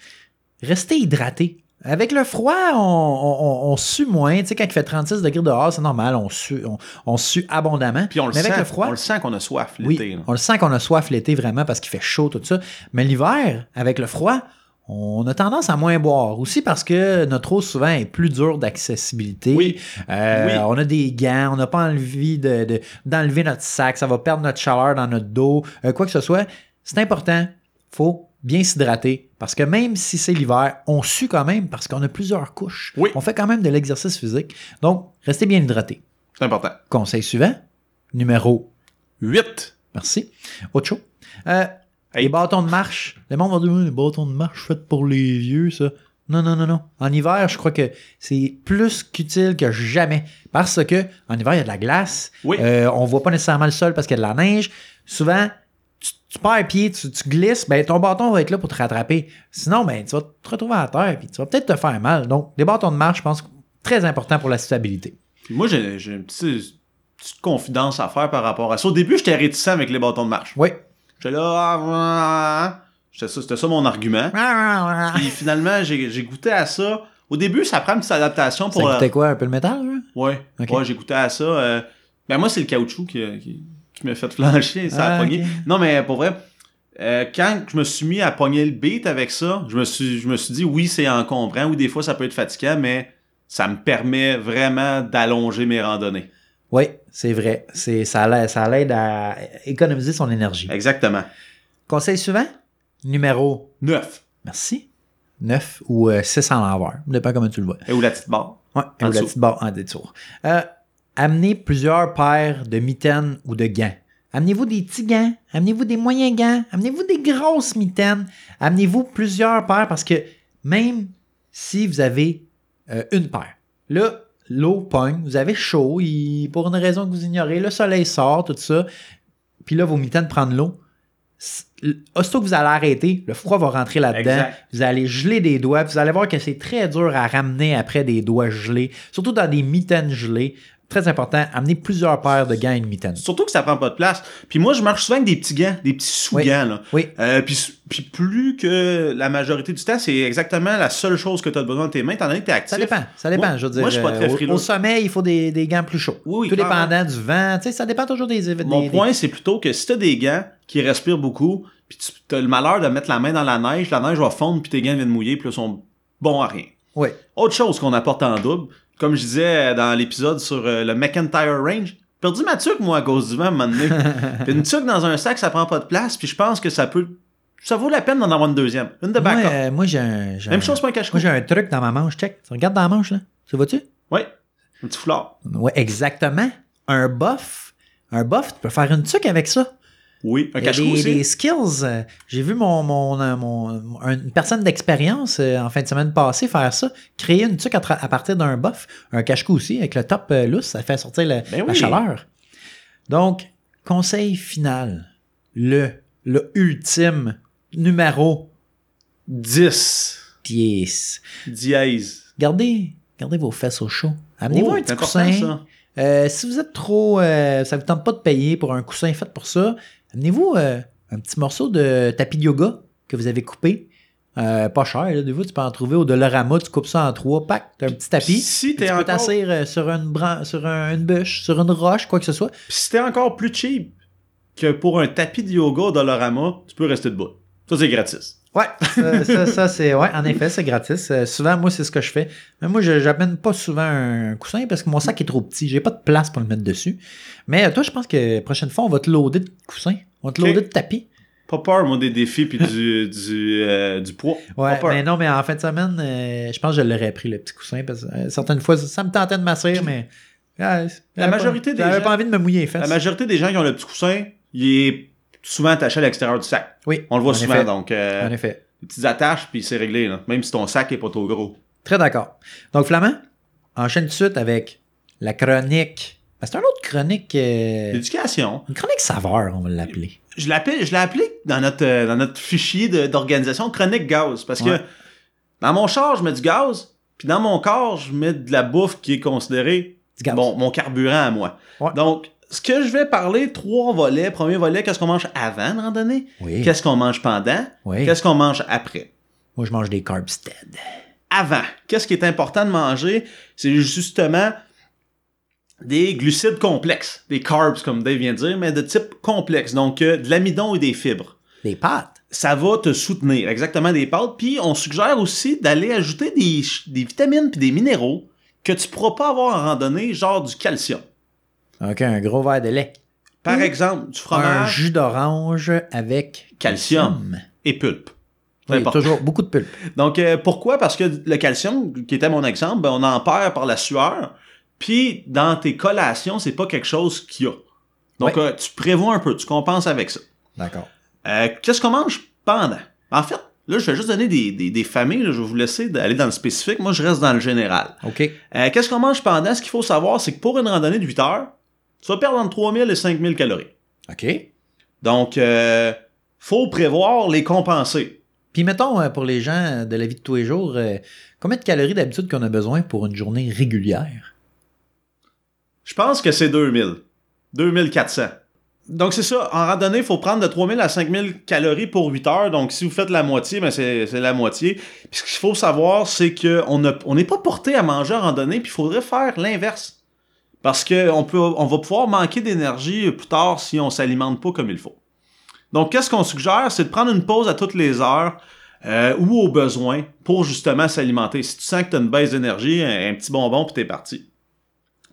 S1: Restez hydraté. Avec le froid, on, on- on- on sue moins. Tu sais, quand il fait 36 degrés dehors, c'est normal. On sue, on, on sue abondamment.
S2: Puis on le
S1: mais
S2: sent.
S1: avec le froid,
S2: On le sent qu'on a soif
S1: Oui,
S2: l'été. là.
S1: on le sent qu'on a soif l'été vraiment parce qu'il fait chaud, tout ça. Mais l'hiver, avec le froid, on a tendance à moins boire. Aussi parce que notre eau souvent est plus dure d'accessibilité.
S2: Oui.
S1: Euh,
S2: Oui.
S1: On a des gants, on n'a pas envie de- de- d'enlever notre sac, ça va perdre notre chaleur dans notre dos, euh, quoi que ce soit. C'est important, faut bien s'hydrater parce que même si c'est l'hiver, on sue quand même parce qu'on a plusieurs couches.
S2: Oui.
S1: On fait quand même de l'exercice physique. Donc, restez bien hydraté.
S2: C'est important.
S1: Conseil suivant, numéro
S2: 8.
S1: Merci. Autre chose. Euh,
S2: Hey.
S1: Les bâtons de marche. Les monde va dire, Oui, les bâtons de marche faits pour les vieux, ça. Non, non, non, non. En hiver, je crois que c'est plus qu'utile que jamais. Parce que en hiver, il y a de la glace.
S2: Oui.
S1: Euh, on voit pas nécessairement le sol parce qu'il y a de la neige. Souvent, tu, tu perds pied, tu, tu glisses, ben ton bâton va être là pour te rattraper. Sinon, ben, tu vas te retrouver à terre puis tu vas peut-être te faire mal. Donc, les bâtons de marche, je pense, très important pour la stabilité.
S2: Puis moi, j'ai j'ai une petite, petite confidence à faire par rapport à ça. Au début, j'étais réticent avec les bâtons de marche.
S1: Oui.
S2: J'étais là, ah, ah, ah. J'étais ça- c'était ça mon argument.
S1: Ah.
S2: Puis finalement, j'ai j'ai goûté à ça. Au début, ça prend une petite adaptation
S1: Ça
S2: pour. euh, la-
S1: coûtait quoi, un peu le métal? hein?
S2: Ouais,
S1: Ok.
S2: ouais j'ai goûté à ça. euh, Ben moi, c'est le caoutchouc qui, qui, qui m'a fait flancher, ça a
S1: Ah,
S2: pogné.
S1: ok.
S2: Non, mais pour vrai, euh, quand je me suis mis à pogner le beat avec ça, je me suis, je me suis dit, oui, c'est encombrant, oui, des fois, ça peut être fatigant, mais ça me permet vraiment d'allonger mes randonnées.
S1: Oui, c'est vrai. C'est, ça, l'aide, ça l'aide à économiser son énergie.
S2: Exactement.
S1: Conseil suivant? Numéro,
S2: Neuf.
S1: merci, 9 ou 6 en l'envers. Dépend comment tu le vois.
S2: Et où la petite barre?
S1: Ouais, et
S2: En
S1: ou la
S2: dessous.
S1: petite barre en détour. Euh, amenez plusieurs paires de mitaines ou de gants. Amenez-vous des petits gants, amenez-vous des moyens gants, amenez-vous des grosses mitaines, amenez-vous plusieurs paires parce que même si vous avez euh, une paire, Là, l'eau pogne, vous avez chaud, il- pour une raison que vous ignorez, le soleil sort, tout ça. Puis là, vos mitaines prennent l'eau. S- l- Aussitôt que vous allez arrêter, le froid va rentrer là-dedans.
S2: Exact.
S1: Vous allez geler des doigts. puis Vous allez voir que c'est très dur à ramener après des doigts gelés, surtout dans des mitaines gelées. Très important, amenez plusieurs paires de gants et de mitaines.
S2: Surtout que ça prend pas de place. Puis moi, je marche souvent avec des petits gants, des petits
S1: Oui.
S2: sous-gants. là.
S1: Oui.
S2: Euh, puis, puis plus que la majorité du temps, c'est exactement la seule chose que tu as besoin de tes mains, étant donné que tu es actif.
S1: Ça dépend, ça dépend,
S2: Moi-
S1: je veux dire.
S2: moi, je suis pas très
S1: euh, au-
S2: frileux.
S1: Au, sommet, il faut des, des gants plus chauds.
S2: Oui, oui,
S1: Tout
S2: clairement.
S1: dépendant du vent, tu sais, ça dépend toujours des événements.
S2: Mon point, c'est plutôt que si tu as des gants qui respirent beaucoup, puis tu as le malheur de mettre la main dans la neige, la neige va fondre, puis tes gants viennent mouiller, puis là, ils sont bons à rien.
S1: Oui.
S2: Autre chose qu'on apporte en double, comme je disais euh, dans l'épisode sur euh, le McIntyre Range, perdu ma tuque, moi, à cause du vent, à un moment donné. Puis une tuque dans un sac, ça prend pas de place, puis je pense que ça peut. Ça vaut la peine d'en avoir une deuxième. Une de
S1: Moi,
S2: backup.
S1: euh, moi, j'ai un. j'ai
S2: Même
S1: un-
S2: chose pour un cache
S1: Moi, j'ai un truc dans ma manche, check. Tu regardes dans la manche, là. Tu le vois-tu?
S2: Oui. Un petit foulard.
S1: Oui, exactement. Un buff. Un buff, tu peux faire une tuque avec ça.
S2: Oui. Un
S1: Il y a
S2: cache-cou
S1: des,
S2: aussi.
S1: des skills. euh, J'ai vu mon, mon, euh, mon- mon- un- une personne d'expérience euh, en fin de semaine passée faire ça, créer une tuque à, tra- à partir d'un buff, un cache-cou aussi, avec le top euh, lousse, ça fait sortir le-
S2: Ben
S1: la
S2: oui.
S1: chaleur. Donc, conseil final, le, le ultime numéro
S2: 10.
S1: pièce.
S2: Dièse.
S1: Gardez, gardez vos fesses au chaud. Amenez-vous
S2: Oh,
S1: un
S2: c'est
S1: petit
S2: important,
S1: coussin.
S2: ça.
S1: Euh, si vous êtes trop. euh, ça vous tente pas de payer pour un coussin fait pour ça, amenez-vous euh, un petit morceau de tapis de yoga que vous avez coupé. Euh, pas cher, là, des fois, tu peux en trouver au Dollarama, tu coupes ça en trois packs, t'as un petit tapis.
S2: Si
S1: tu
S2: t'es
S1: peux
S2: encore,
S1: t'asseoir euh, sur une bran- sur un- une bûche, sur une roche, quoi que ce soit.
S2: si t'es encore plus cheap que pour un tapis de yoga au Dollarama, tu peux rester debout. Ça, c'est gratis.
S1: Ouais, ça, ça, ça, c'est. Ouais, en effet, c'est gratis. Euh, souvent, moi, c'est ce que je fais. Mais moi, je- j'amène pas souvent un coussin parce que mon sac est trop petit. J'ai pas de place pour le mettre dessus. Mais euh, toi, je pense que prochaine fois, on va te loader de coussins. On va te
S2: Ok.
S1: loader de tapis.
S2: Pas peur, moi, des défis puis du, du, euh, du poids. Pas
S1: Ouais,
S2: peur.
S1: mais non, mais en fin de semaine, euh, je pense que je l'aurais pris, le petit coussin, parce que euh, certaines fois, ça, ça me tentait de m'asseoir, mais. ah, j'avais
S2: majorité
S1: pas,
S2: des
S1: J'avais
S2: gens-
S1: pas envie de me mouiller les
S2: La
S1: fesses.
S2: majorité des gens qui ont le petit coussin, il est souvent attaché à l'extérieur du sac.
S1: Oui.
S2: On le voit
S1: en
S2: souvent,
S1: effet.
S2: donc, euh,
S1: En effet.
S2: des petites attaches, puis c'est réglé, là. même si ton sac est pas trop gros.
S1: Très d'accord. Donc, Flamand, enchaîne tout de suite avec la chronique. Ben, c'est un autre chronique. euh,
S2: L'éducation,
S1: une chronique saveur, on va l'appeler.
S2: je l'appelle, je l'ai appelé dans notre, euh, dans notre fichier de- d'organisation chronique gaz, parce
S1: Ouais.
S2: que dans mon char, je mets du gaz, puis dans mon corps, je mets de la bouffe qui est considérée
S1: Du gaz.
S2: Bon, mon carburant à moi.
S1: Ouais.
S2: Donc, ce que je vais parler, trois volets. Premier volet, qu'est-ce qu'on mange avant de randonnée?
S1: Oui.
S2: Qu'est-ce qu'on mange pendant?
S1: oui.
S2: Qu'est-ce qu'on mange après?
S1: Moi, je mange des carbs stead.
S2: Avant, qu'est-ce qui est important de manger? C'est justement des glucides complexes, des carbs, comme Dave vient de dire, mais de type complexe, donc euh, de l'amidon et des fibres
S1: Des pâtes.
S2: ça va te soutenir exactement des pâtes. Puis on suggère aussi d'aller ajouter des, ch- des vitamines puis des minéraux que tu pourras pas avoir en randonnée, genre du calcium.
S1: OK, un gros verre de lait.
S2: Par
S1: Ou
S2: exemple, du
S1: Un
S2: fromage
S1: jus d'orange avec
S2: Calcium. et pulpe. Peu
S1: Oui,
S2: importe.
S1: toujours beaucoup de pulpe.
S2: Donc euh, pourquoi? Parce que le calcium, qui était mon exemple, ben, on en perd par la sueur. Puis dans tes collations, c'est pas quelque chose qu'il y a. Donc
S1: Ouais.
S2: euh, tu prévois un peu, tu compenses avec ça.
S1: D'accord.
S2: Euh, Qu'est-ce qu'on mange pendant? En fait, là, je vais juste donner des, des- des familles, là, je vais vous laisser aller dans le spécifique, moi je reste dans le général.
S1: OK.
S2: Euh, Qu'est-ce qu'on mange pendant? Ce qu'il faut savoir, c'est que pour une randonnée de 8 heures, tu vas perdre entre 3000 et 5000 calories.
S1: OK.
S2: Donc, euh, faut prévoir les compenser.
S1: Puis mettons, euh, pour les gens euh, de la vie de tous les jours, euh, combien de calories d'habitude qu'on a besoin pour une journée régulière?
S2: Je pense que c'est 2000. 2400. Donc, c'est ça. En randonnée, il faut prendre de 3000 à 5000 calories pour 8 heures. Donc, si vous faites la moitié, ben c'est c'est la moitié. Puis, ce qu'il faut savoir, c'est qu'on n'est on n'est pas porté à manger en randonnée, puis il faudrait faire l'inverse. Parce qu'on on va pouvoir manquer d'énergie plus tard si on s'alimente pas comme il faut. Donc, qu'est-ce qu'on suggère? C'est de prendre une pause à toutes les heures euh, ou au besoin pour justement s'alimenter. Si tu sens que tu as une baisse d'énergie, un, un petit bonbon, puis t'es parti.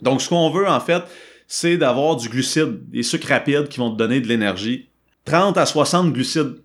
S2: Donc, ce qu'on veut, en fait, c'est d'avoir du glucide, des sucres rapides qui vont te donner de l'énergie. 30 à 60 glucides.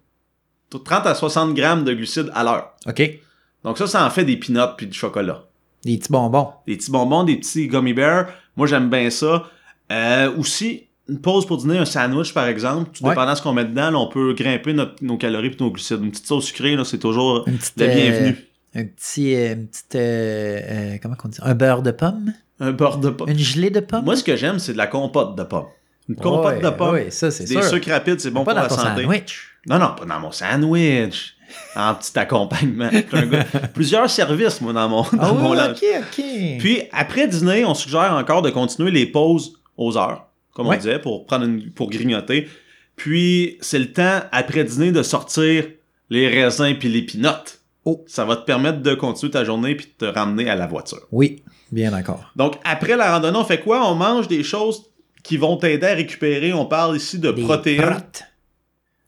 S2: 30 à 60 grammes de glucides à l'heure.
S1: OK. Des
S2: Donc ça, ça en fait des peanuts puis du chocolat.
S1: petits bonbons.
S2: Des petits bonbons, des petits gummy bears. Moi, j'aime bien ça. Euh, aussi, une pause pour dîner, un sandwich, par exemple. Tout
S1: Ouais.
S2: dépendant de ce qu'on met dedans, là, on peut grimper notre- nos calories puis nos glucides. Une petite sauce sucrée, là, c'est toujours
S1: Une petite,
S2: la
S1: euh,
S2: bienvenue.
S1: un petit, euh, une petite, euh, euh, comment qu'on dit, un beurre de pomme,
S2: Un beurre de pomme.
S1: une gelée euh, de pomme.
S2: Moi, ce que j'aime, c'est de la compote de pomme. Une compote
S1: Ouais,
S2: de pomme.
S1: ouais, ça c'est
S2: Des
S1: sûr.
S2: sucres rapides, c'est bon
S1: pas
S2: pour
S1: dans
S2: la
S1: ton
S2: santé.
S1: sandwich.
S2: Non, non, pas dans mon sandwich. En petit accompagnement. J'étais un gars- Plusieurs services, moi, dans mon, dans
S1: Ah
S2: mon
S1: oui,
S2: lunch.
S1: ok, ok.
S2: Puis, après dîner, on suggère encore de continuer les pauses aux heures, comme
S1: Ouais.
S2: on disait, pour, prendre une- pour grignoter. Puis, c'est le temps, après dîner, de sortir les raisins puis les pinottes.
S1: Oh.
S2: Ça va te permettre de continuer ta journée puis de te ramener à la voiture.
S1: Oui, bien d'accord.
S2: Donc, après la randonnée, on fait quoi? On mange des choses qui vont t'aider à récupérer. On parle ici de
S1: Des
S2: protéines.
S1: protes.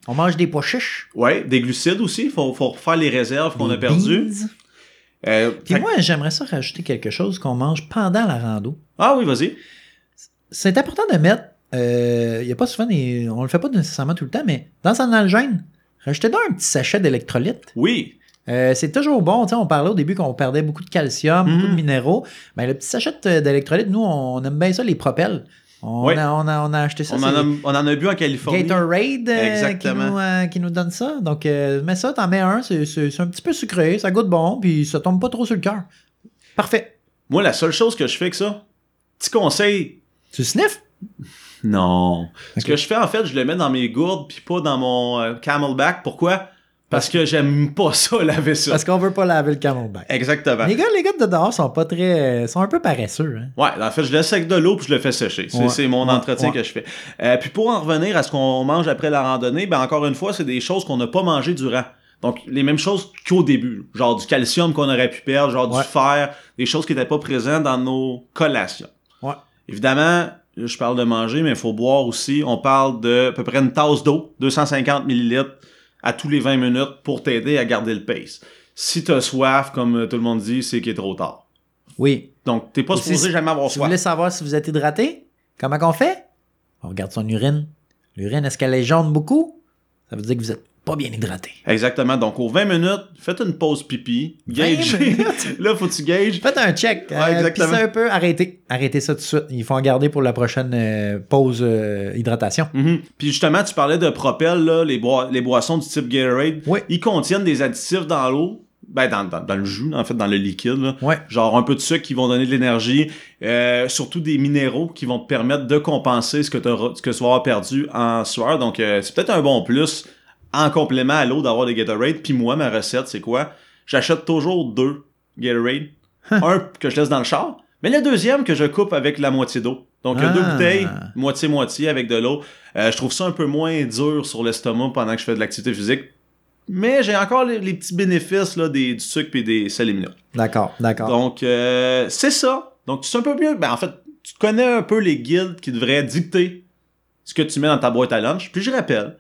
S1: On mange des pois chiches.
S2: Ouais, des glucides aussi. Faut, faut refaire les réserves qu'on
S1: des
S2: a perdues.
S1: beans.
S2: Euh,
S1: Puis
S2: fait-
S1: moi, j'aimerais ça rajouter quelque chose qu'on mange pendant la rando.
S2: Ah oui, vas-y.
S1: C'est important de mettre, euh, il y a pas souvent, des, on le fait pas nécessairement tout le temps, mais dans un algène, rajoutez donc un petit sachet d'électrolytes.
S2: Oui.
S1: Euh, c'est toujours bon. tu sais, On parlait au début qu'on perdait beaucoup de calcium,
S2: Mhm.
S1: beaucoup de minéraux. Mais le petit sachet de- d'électrolytes, nous, on aime bien ça, les propels. On,
S2: Ouais.
S1: a, on, a, on a acheté ça.
S2: on,
S1: c'est
S2: en a, on en a bu en Californie.
S1: Gatorade euh, qui,
S2: Exactement.
S1: nous, euh, qui nous donne ça. Donc, euh, mets ça, t'en mets un. C'est c'est- c'est un petit peu sucré, ça goûte bon, puis ça tombe pas trop sur le cœur. Parfait.
S2: Moi, la seule chose que je fais avec ça, petit conseil.
S1: Tu sniffes?
S2: Non. Ce
S1: Ok.
S2: que je fais, en fait, je le mets dans mes gourdes puis pas dans mon euh, camelback. Pourquoi? Parce que j'aime pas ça, laver ça.
S1: Parce qu'on veut pas laver le camelback.
S2: Exactement.
S1: Les gars, les gars de dehors sont pas très. sont un peu paresseux. Hein?
S2: Ouais, en fait, je laisse avec de l'eau puis je le fais sécher. C'est
S1: Ouais,
S2: c'est mon
S1: ouais,
S2: entretien
S1: ouais.
S2: que je fais. Euh, puis pour en revenir à ce qu'on mange après la randonnée, ben encore une fois, c'est des choses qu'on n'a pas mangées durant. Donc, les mêmes choses qu'au début. Genre du calcium qu'on aurait pu perdre, genre
S1: Ouais.
S2: du fer, des choses qui n'étaient pas présentes dans nos collations.
S1: Ouais.
S2: Évidemment, là, je parle de manger, mais il faut boire aussi. On parle de à peu près une tasse d'eau, 250 millilitres, à tous les 20 minutes pour t'aider à garder le pace. Si t'as soif, comme euh, tout le monde dit, c'est qu'il est trop tard.
S1: Oui.
S2: Donc, t'es pas
S1: Aussi,
S2: supposé
S1: si-
S2: jamais avoir
S1: Si vous
S2: soif.
S1: voulez savoir si vous êtes hydraté, comment qu'on fait? On regarde son urine. L'urine, est-ce qu'elle est jaune beaucoup? Ça veut dire que vous êtes pas bien hydraté.
S2: Exactement. Donc, aux 20 minutes, faites une pause pipi.
S1: 20
S2: Gagez.
S1: minutes?
S2: Là, faut que tu gages.
S1: Faites un check.
S2: Ouais,
S1: euh,
S2: exactement.
S1: pissez un peu, arrêtez. Arrêtez ça tout de suite. Il faut en garder pour la prochaine euh, pause euh, hydratation.
S2: Mhm. Puis justement, tu parlais de Propel, là, les, boi- les boissons du type Gatorade.
S1: Oui.
S2: Ils contiennent des additifs dans l'eau. Ben, dans, dans- dans le jus, en fait, dans le liquide. là.
S1: Ouais.
S2: Genre un peu de sucre qui vont donner de l'énergie. Euh, surtout des minéraux qui vont te permettre de compenser ce que, t'auras- ce que tu vas avoir perdu en sueur. Donc, euh, c'est peut-être un bon plus en complément à l'eau d'avoir des Gatorade. Puis moi, ma recette, c'est quoi? J'achète toujours deux Gatorade. un que je laisse dans le char, mais le deuxième que je coupe avec la moitié d'eau. Donc, il y a deux
S1: Ah.
S2: bouteilles, moitié-moitié avec de l'eau. Euh, je trouve ça un peu moins dur sur l'estomac pendant que je fais de l'activité physique. Mais j'ai encore les, les petits bénéfices là, des, du sucre et des sels et minéraux.
S1: D'accord, d'accord.
S2: Donc, euh, c'est ça. Donc, tu sais un peu mieux. Ben, en fait, tu connais un peu les guides qui devraient dicter ce que tu mets dans ta boîte à lunch. Puis, je rappelle,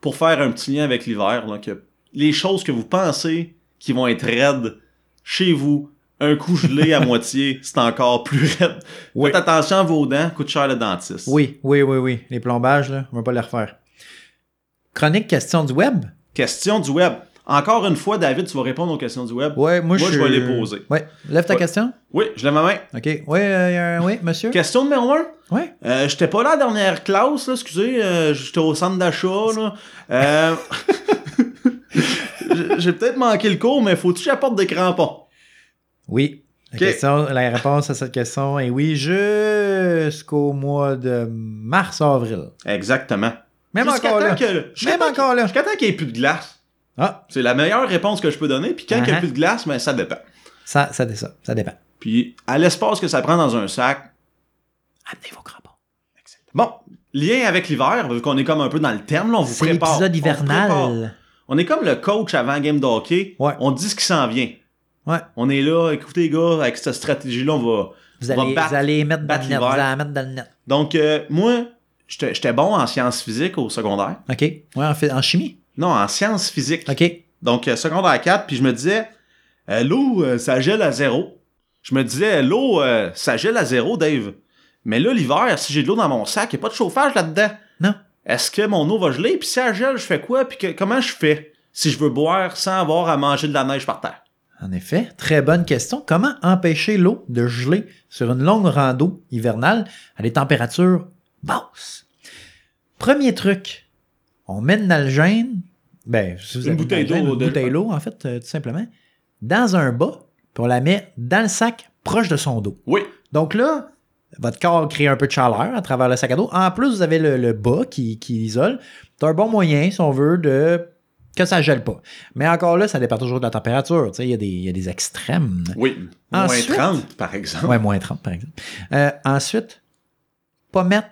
S2: pour faire un petit lien avec l'hiver, là, que les choses que vous pensez qui vont être raides chez vous, un coup gelé à moitié, c'est encore plus raide.
S1: Oui.
S2: Faites attention à vos dents, coûte cher le dentiste.
S1: Oui, oui, oui, oui. Les plombages, là, on va pas les refaire. Chronique question du web.
S2: Question du web. Encore une fois, David, tu vas répondre aux questions du web.
S1: Ouais, moi,
S2: Moi, je
S1: suis-
S2: vais les poser.
S1: Ouais. Lève ta
S2: Ouais.
S1: question.
S2: Oui, je lève ma main.
S1: OK. Oui, euh, euh, oui, monsieur.
S2: Question numéro un.
S1: Ouais.
S2: Euh, j'étais pas là la dernière classe, là, excusez, euh, j'étais au centre d'achat, là. Euh, j'ai- J'ai peut-être manqué le cours, mais faut-tu que j'apporte des crampons?
S1: Oui. La,
S2: Ok.
S1: question, la réponse à cette question est oui jusqu'au mois de mars-avril.
S2: Exactement.
S1: Même
S2: Jusqu'à
S1: encore
S2: temps
S1: là.
S2: que- jusqu'à
S1: Même
S2: temps
S1: encore
S2: que-
S1: là.
S2: Jusqu'à temps qu'il n'y ait plus de glace.
S1: Ah,
S2: C'est la meilleure réponse que je peux donner, puis quand il n'y a
S1: Uh-huh.
S2: plus de glace, ben, ça dépend.
S1: ça, ça, dé- ça, ça dépend.
S2: Puis à l'espace que ça prend dans un sac.
S1: Amenez vos crampons.
S2: Bon, lien avec l'hiver, vu qu'on est comme un peu dans le terme, là, on vous
S1: C'est
S2: prépare.
S1: l'épisode
S2: on vous prépare.
S1: hivernal.
S2: On est comme le coach avant un game d'hockey.
S1: Ouais.
S2: On dit ce qui s'en vient.
S1: Ouais.
S2: On est là, écoutez les gars, avec cette stratégie-là, on va.
S1: Vous
S2: On va
S1: allez,
S2: battre-
S1: vous allez mettre dans
S2: battre
S1: le net. Vous
S2: l'hiver.
S1: allez la mettre dans le net.
S2: Donc, euh, moi, j'étais j'étais bon en sciences physiques au secondaire.
S1: OK. Ouais, en, fait, en chimie.
S2: Non, en sciences physiques.
S1: OK.
S2: Donc, euh, secondaire 4, puis je me disais, euh, l'eau, euh, ça gèle à zéro. Je me disais, l'eau, euh, ça gèle à zéro, Dave. Mais là, l'hiver, si j'ai de l'eau dans mon sac, il n'y a pas de chauffage là-dedans.
S1: Non.
S2: Est-ce que mon eau va geler? Puis si elle gèle, je fais quoi? Puis que- comment je fais si je veux boire sans avoir à manger de la neige par terre?
S1: En effet, très bonne question. Comment empêcher l'eau de geler sur une longue rando hivernale à des températures basses? Premier truc, on met une algène, ben, si vous
S2: Une
S1: avez
S2: bouteille
S1: algène,
S2: d'eau
S1: une
S2: de-
S1: bouteille d'eau, en fait, euh, tout simplement. dans un bas, puis on la met dans le sac proche de son dos.
S2: Oui.
S1: Donc là, votre corps crée un peu de chaleur à travers le sac à dos. En plus, vous avez le, le bas qui, qui isole. C'est un bon moyen, si on veut, de que ça gèle pas. Mais encore là, ça dépend toujours de la température. Tu sais, Il y, a des- il y a des extrêmes.
S2: Oui. Moins
S1: Ensuite-
S2: 30, par exemple.
S1: Ouais, moins 30, par exemple. Euh, ensuite, pas mettre,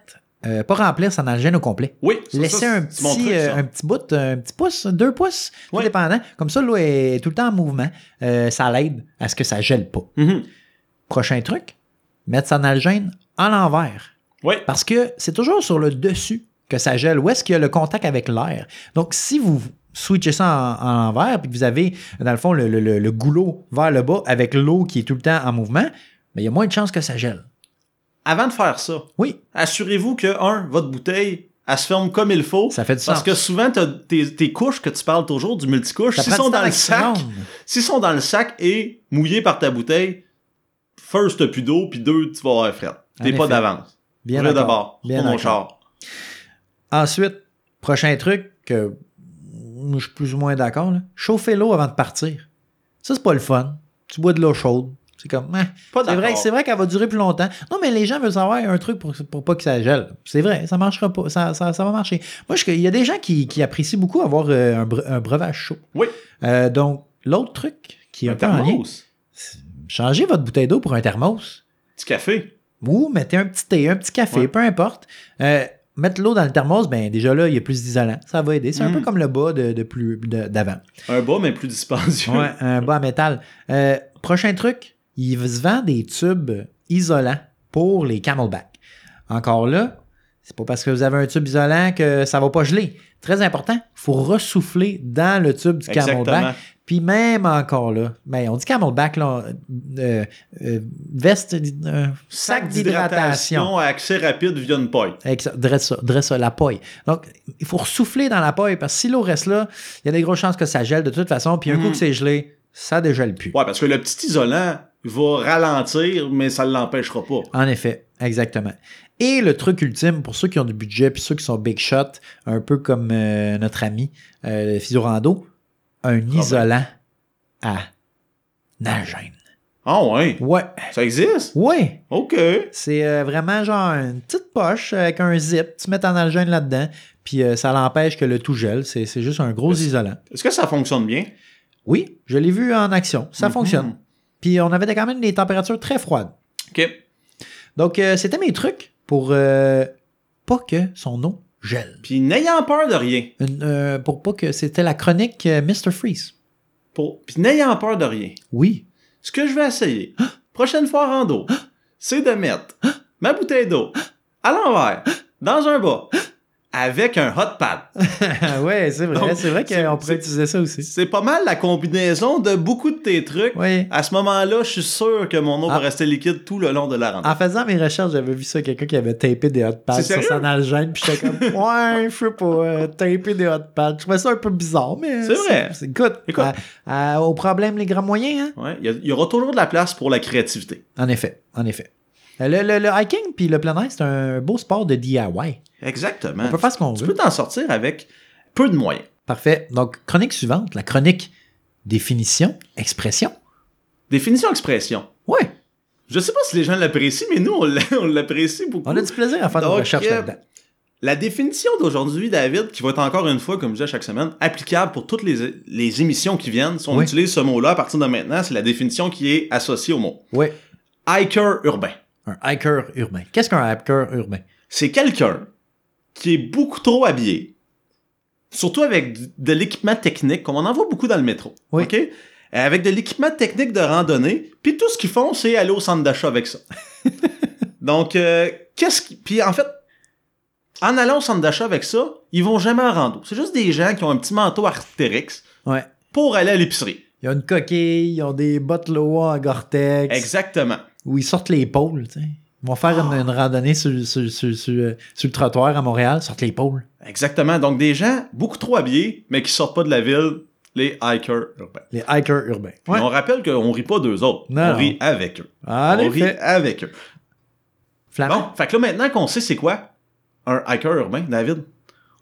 S1: euh, pas remplir son algène au complet.
S2: Oui. ça,
S1: Laisser
S2: ça,
S1: un,
S2: c'est mon
S1: petit,
S2: truc,
S1: euh,
S2: ça.
S1: un petit bout, un petit pouce, deux pouces, tout
S2: Ouais.
S1: dépendant. Comme ça, l'eau est tout le temps en mouvement. Euh, ça l'aide à ce que ça gèle pas.
S2: Mhm.
S1: Prochain truc, mettre son algène à l'envers.
S2: Oui.
S1: Parce que c'est toujours sur le dessus que ça gèle. Où est-ce qu'il y a le contact avec l'air? Donc, si vous switchez ça en, en envers, puis que vous avez, dans le fond, le, le- le- le goulot vers le bas avec l'eau qui est tout le temps en mouvement, ben, il y a moins de chances que ça gèle.
S2: Avant de faire ça,
S1: Oui,
S2: assurez-vous que, un, votre bouteille, elle se ferme comme il faut.
S1: ça fait du
S2: Parce
S1: sens.
S2: que souvent, t'as tes, tes couches que tu parles toujours, du multicouche,
S1: ça
S2: s'ils
S1: prend
S2: sont
S1: du temps
S2: dans le
S1: avec
S2: sac,
S1: tout le monde.
S2: s'ils sont dans le sac et mouillés par ta bouteille, first, t'as plus d'eau, puis deux, tu vas avoir fret. T'es
S1: En
S2: pas
S1: effet.
S2: d'avance.
S1: Bien
S2: Prêt
S1: d'accord.
S2: d'abord.
S1: Bien
S2: Pour mon
S1: d'accord.
S2: char.
S1: Ensuite, prochain truc que je suis plus ou moins d'accord, là, chauffer l'eau avant de partir. Ça, c'est pas le fun. Tu bois de l'eau chaude. C'est comme, Ah,
S2: Pas
S1: C'est vrai,
S2: d'accord.
S1: c'est vrai qu'elle va durer plus longtemps. Non, mais les gens veulent savoir un truc pour, pour pas que ça gèle. C'est vrai, ça marchera pas. Ça, ça- ça va marcher. Moi, je- il y a des gens qui, qui apprécient beaucoup avoir euh, un, bre- un breuvage chaud.
S2: Oui.
S1: Euh, donc, l'autre truc qui est un,
S2: Un
S1: peu en lien,
S2: thermos.
S1: c'est- changez votre bouteille d'eau pour un thermos.
S2: Du café.
S1: Ou mettez un petit thé, un petit café,
S2: Ouais.
S1: peu importe. Euh, mettre l'eau dans le thermos, ben déjà là, il y a plus d'isolant. Ça va aider. C'est un
S2: Mm.
S1: peu comme le bas de, de plus de- d'avant.
S2: Un bas, mais plus dispendieux.
S1: Ouais, un bas à métal. Euh, prochain truc, il se vend des tubes isolants pour les camelbacks. Encore là, c'est pas parce que vous avez un tube isolant que ça va pas geler. Très important, faut ressouffler dans le tube du camelback.
S2: Exactement.
S1: Puis même encore là, ben, on dit camelback, là, euh, euh, veste, euh, sac d'hydratation.
S2: à accès rapide via une paille.
S1: Avec ça, dresse ça, dresse ça, la paille. Donc, il faut ressouffler dans la paille parce que si l'eau reste là, il y a des grosses chances que ça gèle de toute façon. Puis un
S2: Mhm.
S1: coup que c'est gelé, ça dégèle plus.
S2: Ouais, parce que le petit isolant va ralentir, mais ça l'empêchera pas.
S1: En effet, exactement. Et le truc ultime, pour ceux qui ont du budget, puis ceux qui sont big shot, un peu comme euh, notre ami euh, Fisorando, un isolant à nagène.
S2: Ah ouais,
S1: Ouais,
S2: ça existe?
S1: ouais.
S2: OK.
S1: C'est euh, vraiment genre une petite poche avec un zip, tu mets ton algène là-dedans, puis euh, ça l'empêche que le tout gèle. C'est c'est juste un gros
S2: Est-ce-
S1: isolant.
S2: Est-ce que ça fonctionne bien?
S1: Oui, je l'ai vu en action, ça
S2: Mhm.
S1: fonctionne. Puis on avait quand même des températures très froides.
S2: OK.
S1: Donc euh, c'était mes trucs pour euh, pas que son eau gèle.
S2: Puis n'ayant peur de rien,
S1: Une, euh, pour pas que c'était la chronique euh, Mr. Freeze.
S2: pour... puis n'ayant peur de rien,
S1: Oui.
S2: ce que je vais essayer, prochaine fois en rando, c'est de mettre ma bouteille d'eau à l'envers, dans un bas, avec un hot pad.
S1: Ah ouais, c'est vrai.
S2: Donc,
S1: C'est vrai
S2: c'est-
S1: qu'on pourrait
S2: c'est-
S1: utiliser ça aussi.
S2: C'est pas mal la combinaison de beaucoup de tes trucs.
S1: Oui.
S2: À ce moment-là, je suis sûr que mon eau
S1: Ah.
S2: va rester liquide tout le long de la rando.
S1: En faisant mes recherches, j'avais vu ça, quelqu'un qui avait tapé des hot pads
S2: C'est
S1: sur
S2: sérieux?
S1: son algène, puis j'étais comme, ouais, je sais pas, euh, taper des hot pads. Je trouvais ça un peu bizarre, mais.
S2: C'est vrai.
S1: Écoute,
S2: Écoute.
S1: à- à- Euh, au problème, les grands moyens, hein.
S2: Ouais, il y a- il y, aura toujours de la place pour la créativité.
S1: En effet, en effet. Euh, Le, le- le hiking puis le plein air, c'est un beau sport de DIY.
S2: Exactement.
S1: On peut faire ce qu'on
S2: Tu
S1: veut.
S2: peux t'en sortir avec peu de moyens.
S1: Parfait. Donc, chronique suivante, la chronique définition, expression.
S2: Définition expression.
S1: Ouais.
S2: Je sais pas si les gens l'apprécient, mais nous, on l'a- on l'apprécie beaucoup.
S1: On a du plaisir à faire nos
S2: Donc,
S1: recherches
S2: euh,
S1: là-dedans.
S2: La définition d'aujourd'hui, David, qui va être encore une fois, comme je disais chaque semaine, applicable pour toutes les, les émissions qui viennent. Si on
S1: Oui.
S2: utilise ce mot-là à partir de maintenant, c'est la définition qui est associée au mot.
S1: Oui.
S2: Hiker urbain.
S1: Un hiker urbain. Qu'est-ce qu'un hiker urbain?
S2: C'est quelqu'un qui est beaucoup trop habillé, surtout avec d- de l'équipement technique, comme on en voit beaucoup dans le métro.
S1: Oui.
S2: OK? Euh, Avec de l'équipement technique de randonnée, puis tout ce qu'ils font, c'est aller au centre d'achat avec ça. Donc, euh, qu'est-ce qui. Puis en fait, en allant au centre d'achat avec ça, ils vont jamais en rando. C'est juste des gens qui ont un petit manteau Artérix
S1: Ouais.
S2: pour aller à l'épicerie.
S1: Ils ont une coquille, ils ont des bottes loa en Gore-Tex.
S2: Exactement.
S1: Où ils sortent l'épaule, tu sais. Ils vont faire une, une randonnée sur, sur- sur- sur, euh, sur le trottoir à Montréal, sortent l'épaule.
S2: Exactement. Donc, des gens beaucoup trop habillés, mais qui sortent pas de la ville, les hikers urbains.
S1: Les hikers urbains.
S2: Mais On rappelle qu'on rit pas d'eux autres.
S1: Non,
S2: on
S1: non.
S2: rit avec eux.
S1: En
S2: on rit
S1: effet.
S2: avec eux.
S1: Flamand.
S2: Bon, fait que là, maintenant qu'on sait c'est quoi un hiker urbain, David,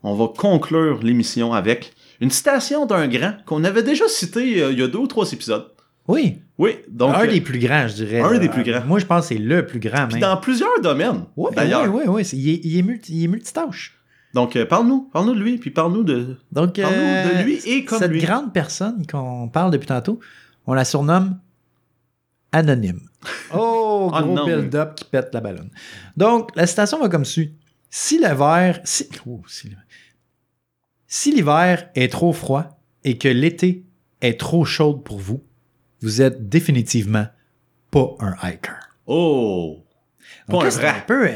S2: on va conclure l'émission avec une citation d'un grand qu'on avait déjà cité euh, il y a deux ou trois épisodes.
S1: Oui.
S2: Oui, donc.
S1: un
S2: euh,
S1: des plus grands, je dirais.
S2: un
S1: là.
S2: des plus grands.
S1: Moi, je pense que c'est le plus grand,
S2: puis
S1: même.
S2: dans plusieurs domaines,
S1: Oui,
S2: d'ailleurs.
S1: oui, oui, oui. c'est- Il est, il est multi- il est multitâche.
S2: Donc, euh, parle-nous, parle-nous de lui, puis parle-nous de,
S1: Donc,
S2: parle-nous
S1: euh,
S2: de lui et comme
S1: cette
S2: lui.
S1: grande personne qu'on parle depuis tantôt, on la surnomme Anonyme. Oh,
S2: Ah
S1: gros
S2: non.
S1: build-up qui pète la ballonne. Donc, la citation va comme suit. Si le verre... Si, oh, si le- si l'hiver est trop froid et que l'été est trop chaud pour vous, vous êtes définitivement pas un hiker.
S2: Oh!
S1: Donc
S2: Pas
S1: là,
S2: un
S1: c'est
S2: vrai.
S1: peu... euh,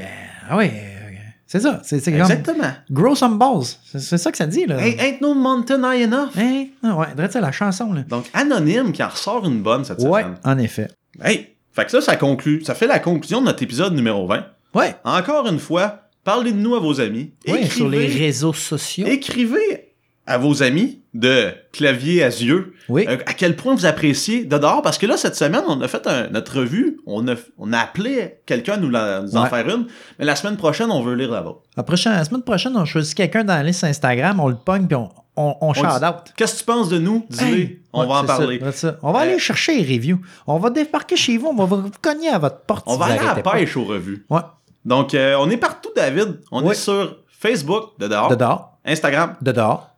S1: ah ouais, euh, c'est ça. C'est c'est comme...
S2: Exactement.
S1: Grow some balls. C'est c'est ça que ça dit, là.
S2: Ain't, ain't no mountain high enough.
S1: Euh. Hein? Ah ouais, on dirait que c'est la chanson, là.
S2: Donc, anonyme qui en ressort une bonne cette
S1: Ouais,
S2: semaine.
S1: en effet.
S2: Hey! Fait que ça, ça conclut. Ça fait la conclusion de notre épisode numéro 20.
S1: Ouais.
S2: Encore une fois, parlez de nous à vos amis.
S1: Ouais,
S2: Écrivez-
S3: Sur les réseaux sociaux.
S2: Écrivez à vos amis de clavier à yeux
S1: Oui.
S2: euh, à quel point vous appréciez de dehors parce que là cette semaine on a fait un- notre revue on a, on a appelé quelqu'un nous, la- nous en
S1: Ouais.
S2: faire une mais la semaine prochaine on veut lire la vôtre
S1: La, prochaine, la semaine prochaine, on choisit quelqu'un dans la liste Instagram, on le pogne, puis on, on, on shout out.
S2: qu'est-ce que tu penses de nous dis-le on va en parler
S1: On va
S2: Euh,
S1: aller chercher les reviews. On va débarquer chez vous, on va vous cogner à votre porte.
S2: on
S1: si
S2: va
S1: vous
S2: aller à la
S1: arrêtez pas.
S2: pêche aux revues
S1: Ouais.
S2: donc euh, on est partout David on
S1: Oui.
S2: est sur Facebook de dehors
S1: De dehors.
S2: Instagram
S1: De dehors.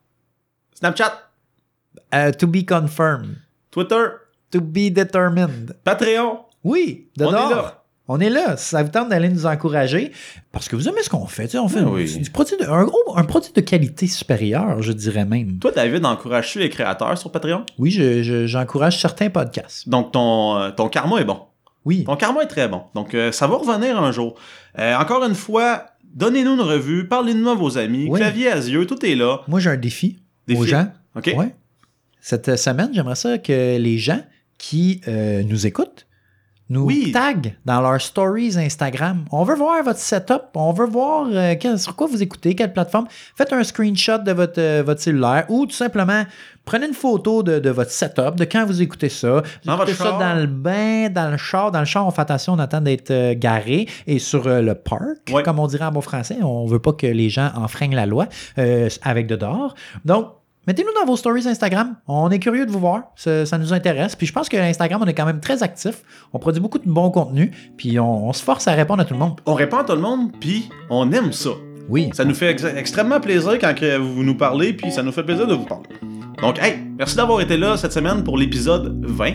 S2: Snapchat
S1: Euh, to be confirmed.
S2: Twitter
S1: To be determined.
S2: Patreon
S1: Oui, de
S2: on
S1: dehors.
S2: est là
S1: On est là. Si ça vous tente d'aller nous encourager, parce que vous aimez ce qu'on fait. tu sais, on fait
S2: Ben
S1: un-
S2: oui.
S1: du produit de- un, gros- un produit de qualité supérieure, je dirais même.
S2: toi David encourages-tu les créateurs sur Patreon
S1: Oui, je- je- j'encourage certains podcasts.
S2: donc ton, euh, ton karma est bon
S1: Oui.
S2: Ton karma est très bon. Donc, euh, ça va revenir un jour. Euh, encore une fois, donnez-nous une revue, parlez-nous à vos amis,
S1: Oui.
S2: clavier à yeux, tout est là.
S1: Moi, j'ai un défi,
S2: Des
S1: aux
S2: filles.
S1: gens.
S2: OK?
S1: Ouais. Cette euh, semaine, j'aimerais ça que les gens qui euh, nous écoutent nous
S2: Oui.
S1: taguent dans leurs stories Instagram. On veut voir votre setup. On veut voir euh, quel- sur quoi vous écoutez, quelle plateforme. Faites un screenshot de votre, euh, votre cellulaire ou tout simplement prenez une photo de, de votre setup, de quand vous écoutez ça. Vous
S2: Dans
S1: écoutez
S2: votre
S1: ça
S2: char.
S1: dans le bain, dans le char. Dans le char, on fait attention, on attend d'être euh, garé et sur euh, le parc,
S2: Ouais.
S1: comme on dirait en bon français. On veut pas que les gens enfreignent la loi euh, avec de dehors. Donc, Mettez-nous dans vos stories Instagram. On est curieux de vous voir. Ça, ça nous intéresse. Puis je pense que Instagram, on est quand même très actif. On produit beaucoup de bon contenu. Puis on, on se force à répondre à tout le monde.
S2: On répond à tout le monde, puis on aime ça.
S1: Oui.
S2: Ça nous fait ex- extrêmement plaisir quand que vous nous parlez, puis ça nous fait plaisir de vous parler. Donc, hey, merci d'avoir été là cette semaine pour l'épisode 20.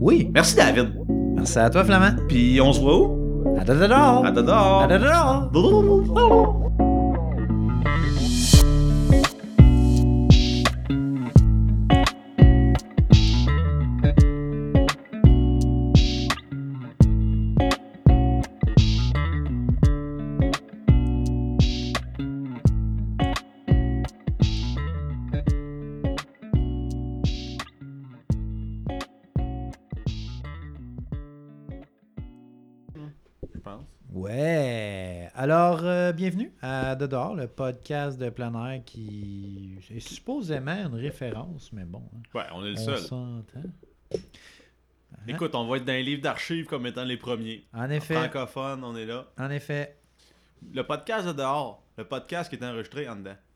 S1: Oui.
S2: Merci, David.
S1: Merci à toi, Flamand.
S2: Puis on se voit où?
S1: À dehors.
S2: À dehors.
S1: À dehors.
S2: Blablabla. Je pense.
S1: Ouais. Alors, euh, bienvenue à De dehors, le podcast de plein air qui est supposément une référence, mais bon. hein,
S2: Ouais, on est le
S1: on
S2: seul.
S1: s'entend.
S2: Écoute, on va être dans les livres d'archives comme étant les premiers.
S1: En effet.
S2: Francophone, on est là.
S1: En effet.
S2: Le podcast de dehors, le podcast qui est enregistré en dedans.